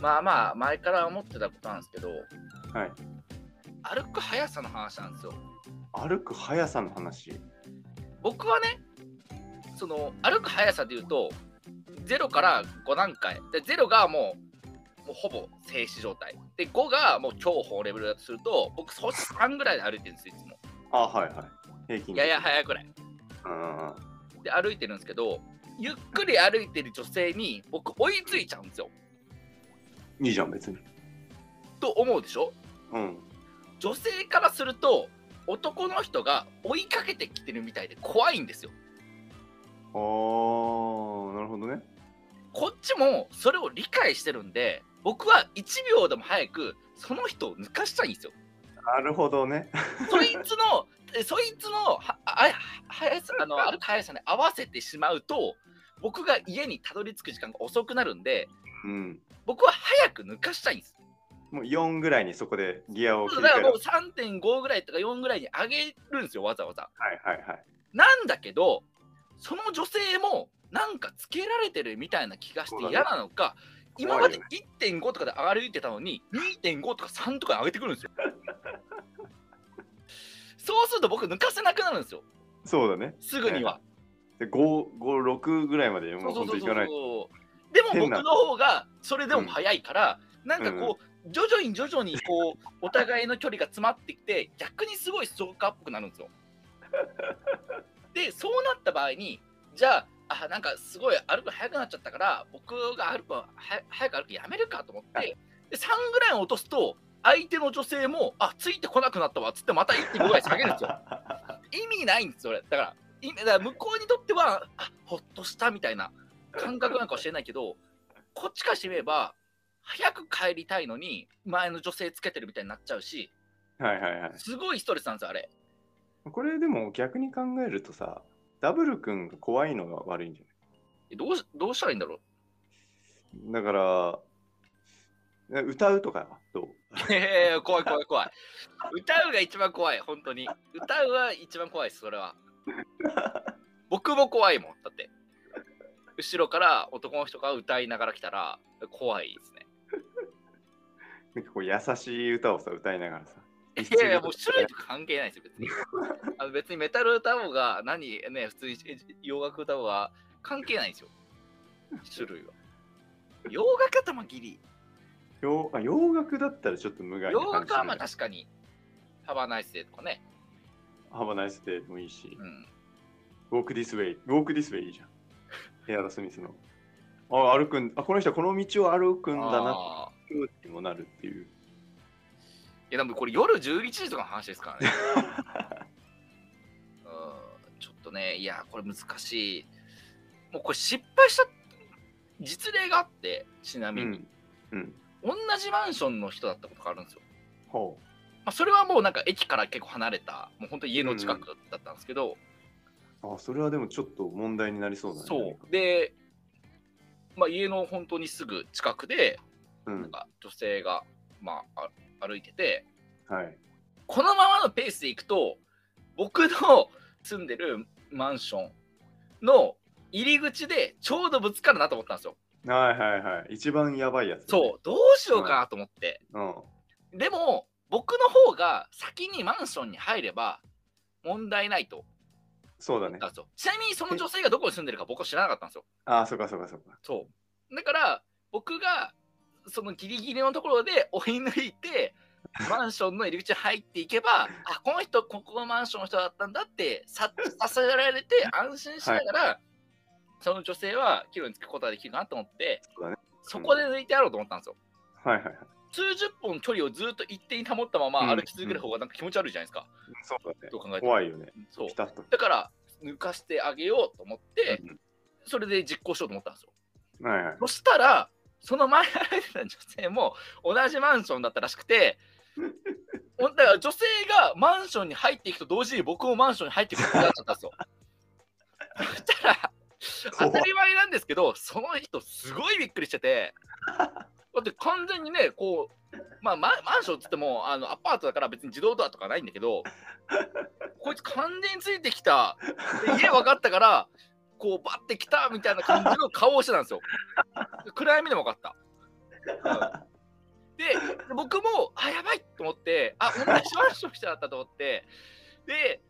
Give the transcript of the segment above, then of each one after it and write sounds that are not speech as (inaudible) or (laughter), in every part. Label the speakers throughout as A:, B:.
A: まあまあ、前から思ってたことなんですけど、
B: はい。
A: 歩く速さの話なんですよ。
B: 歩く速さの話。
A: 僕はね、その歩く速さで言うと、0から5段階。で0がもう、もうほぼ静止状態。で、5がもう超法レベルだとすると、僕、そし3ぐらいで歩いてるんですよ、いつも。
B: あ、はいはい。平均。
A: やや速いぐらい。
B: うん。
A: で、歩いてるんですけど、ゆっくり歩いてる女性に僕追いついちゃうんですよ。
B: いいじゃん、別に。
A: と思うでしょ
B: うん。
A: 女性からすると男の人が追いかけてきてるみたいで怖いんですよ
B: あー、なるほどね。
A: こっちもそれを理解してるんで僕は1秒でも早くその人を抜かしたいんですよ
B: なるほどね。
A: そいつのえそいつのはあ速さあの歩く速さに合わせてしまうと僕が家にたどり着く時間が遅くなるんで
B: (laughs) うん。
A: 僕は早く抜かしたいんです
B: もう4ぐらいにそこでギアを切り替
A: だ
B: え
A: から
B: る。は
A: もう3.5ぐらいとか4ぐらいに上げるんですよわざわざ
B: いはいはい。
A: なんだけど、その女性もなんかつけられてるみたいな気がし
B: そう
A: て
B: だね
A: 嫌なのか、今
B: 怖い
A: ま
B: よ
A: で
B: ね
A: 1.5とかで歩いてたのに、2.5とか3とかに上げてくるんですよ。そうすると僕、抜かせなくなるんですよ、
B: そうだね。
A: すぐには。
B: で、5、5、6ぐらいまで
A: そ
B: も
A: う
B: う
A: そう
B: 本
A: そうそ
B: 当行か
A: う
B: ない。
A: でも僕
B: 変な
A: の方がそれでも早いから、なんかこう、徐々に徐々にこう、 (laughs) お互いの距離が詰まってきて、逆にすごいストーカーっぽくなるんですよ。で、そうなった場合に、じゃあ、あなんかすごい歩くの速くなっちゃったから、僕が歩くのは早く歩くのやめるかと思って、で3ぐらい落とすと、相手の女性も、あついてこなくなったわっつって、また1.5ぐらい下げるんですよ。 (laughs) 意味ないんですよ、俺だから、いだから向こうにとっては、あほっとしたみたいな感覚なのかもしれないけど、こっちからしてみれば、早く帰りたいのに、前の女性つけてるみたいになっちゃうし、
B: はいはいはい。
A: すごいストレスなんですよ、あれ。
B: これでも逆に考えるとさ、ダブル君が怖いのが悪いんじゃ
A: えどうしどうしたらいいん
B: (laughs)
A: だろう。
B: ないだから、え歌うとかはどう
A: えー怖い怖い怖い。歌うが一番怖い、本当に。歌うは一番怖いです、それは。僕も怖いもん、だって。後ろから男の人が歌いながら来たら怖いですね。
B: なんかこう優しい歌をさ、歌いながらさ。
A: いやいや、もう種類とか関係ないですよ、別に。 (laughs) あの別にメタル歌おうが、何、ね、普通に洋楽歌おうが、関係ないんですよ。種類は。洋楽はたまギリ。
B: 洋あ洋楽だったらちょっと無害な
A: 洋
B: 感じ
A: 楽
B: す
A: は
B: る
A: まあ
B: ね。
A: 確かに、ハバナイスデーとかね。
B: ハバナイスでもいいし
A: う、ん。
B: ウォークディスウェイ、ウォークディスウェイいいじゃん。ヘアラスミスの。あ、歩くん、あ、この人はこの道を歩くんだなっ
A: あー
B: ていう気にもなるっていう。
A: いや、でもこれ夜11時とかの話です
B: (laughs)
A: からね。うん、ちょっとね、いや、これ難しい。もうこれ失敗した実例があって、ちな
B: う
A: みに、
B: ん。うん。
A: 同じマンションの人だったことがあるんですよ。
B: ほ
A: まあ、それはもうなんか駅から結構離れた、もう本当に家の近くだったんですけど、
B: う。あ、それはでもちょっと問題になりそうだね。
A: そう。で、まあ、家の本当にすぐ近くで、
B: う
A: なん
B: ん。
A: か女性が、まあ、あ歩いてて、
B: はい。
A: このままのペースでいくと、僕の住んでるマンションの入り口でちょうどぶつかるなと思ったんですよ。
B: はいはいはい。一番やばいやつ、
A: そう、どうしようかなと思って。
B: う。うん。
A: でも、僕の方が先にマンションに入れば問題ないと
B: そうだ
A: 思っ
B: ね
A: たん。ですよ。ちなみにその女性がどこに住んでるか僕は知らなかったんですよ。
B: あ、そうかそうかそうか。
A: そう。だから、僕が、そのギリギリのところで追い抜いて、マンションの入り口に入っていけば、あ、この人、ここのマンションの人だったんだって察知させられて、安心しながら、その女性は帰路につくことができるかなと思って、
B: そうだね。
A: そこで抜いてやろうと思ったんですよ。
B: はいはいはい。
A: 数十本距離をずっと一定に保ったまま
B: うん
A: 歩き続ける方がなんか気持ち悪いじゃないですか。
B: そうだね
A: ど。う考えても。
B: 怖いよね。
A: そう
B: ピ。タッと。
A: だから、抜かしてあげようと思って、
B: う
A: それで実行しようと思ったんですよ。
B: んはいはい。
A: そしたら、その前に歩いてた女性も同じマンションだったらしくて、ほんだから女性がマンションに入っていくと同時に僕もマンションに入っていくことになっちゃったんですよ。そしたら、当たり前なんですけど、その人、すごいびっくりしてて、だって完全にね、こう、まあ、ママンションっつってもあのアパートだから別に自動ドアとかないんだけど、こいつ完全についてきた、で家分かったから、こう、ばってきたみたいな感じの顔をしてたんですよ。暗闇でも分かった。で僕もあやばいと思ってあ同じマンションしてだったと思ってで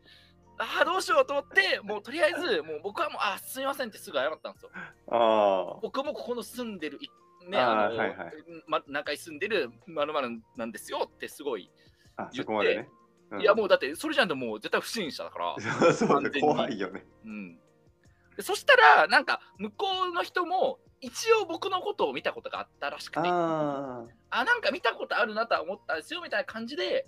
A: あどうしようと思ってもうとりあえずもう僕はもうあすみませんってすぐ謝ったんですよ
B: あ
A: 僕もここの住んでるいね
B: あー
A: あの、
B: はいはい
A: ま、中に住んでるまるまるなんですよってすごい、
B: ああ、そこまでね。うん
A: いやもうだってそれじゃんともう絶対不審者だ
B: (laughs)
A: から、
B: そうそう
A: 完全に
B: 怖いよね。
A: うん、でそしたらなんか向こうの人も一応僕のことを見たことがあったらしくて
B: あ
A: あなんか見たことあるなとは思ったんですよみたいな感じで、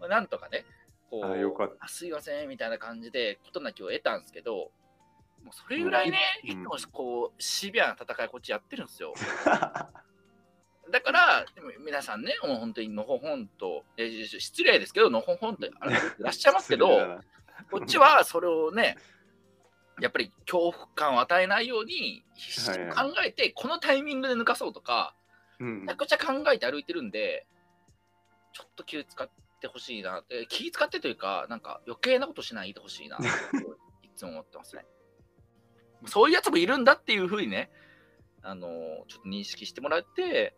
A: まあなんとかねこ
B: ー
A: う
B: あー、よかった。
A: あすいませんみたいな感じで事なきを得たんですけどもうそれぐらいね、
B: うん
A: いつもこうシビアな戦いこっちやってるんです
B: (laughs)
A: よだからでも皆さんねもう本当にのほほんとえー失礼ですけどのほほんといらっしゃいますけど
B: 失礼だな
A: こっちはそれをねやっぱり恐怖感を与えないように必死に考えて、このタイミングで抜かそうとか
B: うん
A: めちゃくちゃ考えて歩いてるんで、ちょっと気を使ってほしいな、えー気使ってというか、なんか余計なことしないでほし
B: (laughs)
A: いな、いつも思ってますね。そういうやつもいるんだっていうふうにね、あのーちょっと認識してもらって、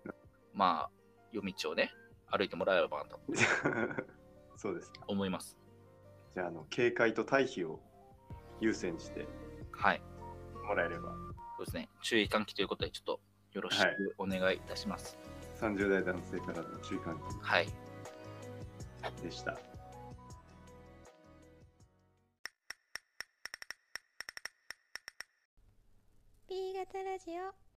A: まあ、夜道をね、歩いてもらえればなと
B: (laughs) そうです。
A: 思います。
B: じゃあ、あの警戒と退避を優先して
A: はい、
B: もらえれば、
A: そうですね。注意喚起ということで、ちょっとよろし
B: はい
A: くお願いいたします。
B: 30代男性からの注意喚
A: はい。
B: 起でした。
C: B 型ラジオ